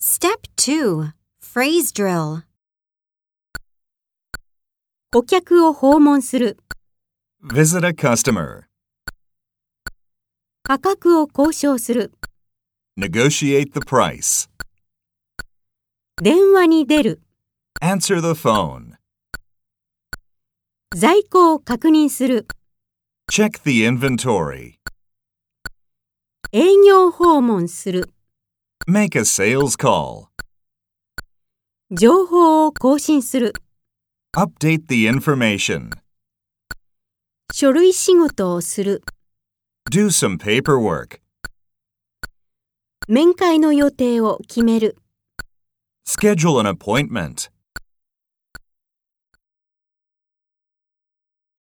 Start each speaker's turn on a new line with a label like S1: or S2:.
S1: Step 2 Phrase Drill 顧客を訪問する
S2: Visit a customer.
S1: 価格を交渉する
S2: Negotiate the price.
S1: 電話に出る
S2: Answer the phone.
S1: 在庫を確認する
S2: Check the inventory.
S1: 営業訪問する
S2: Make a sales call.
S1: 情報を更新する
S2: Update the information.
S1: 書類仕事をする
S2: Do some paperwork.
S1: 面会の予定を決める
S2: Schedule an appointment.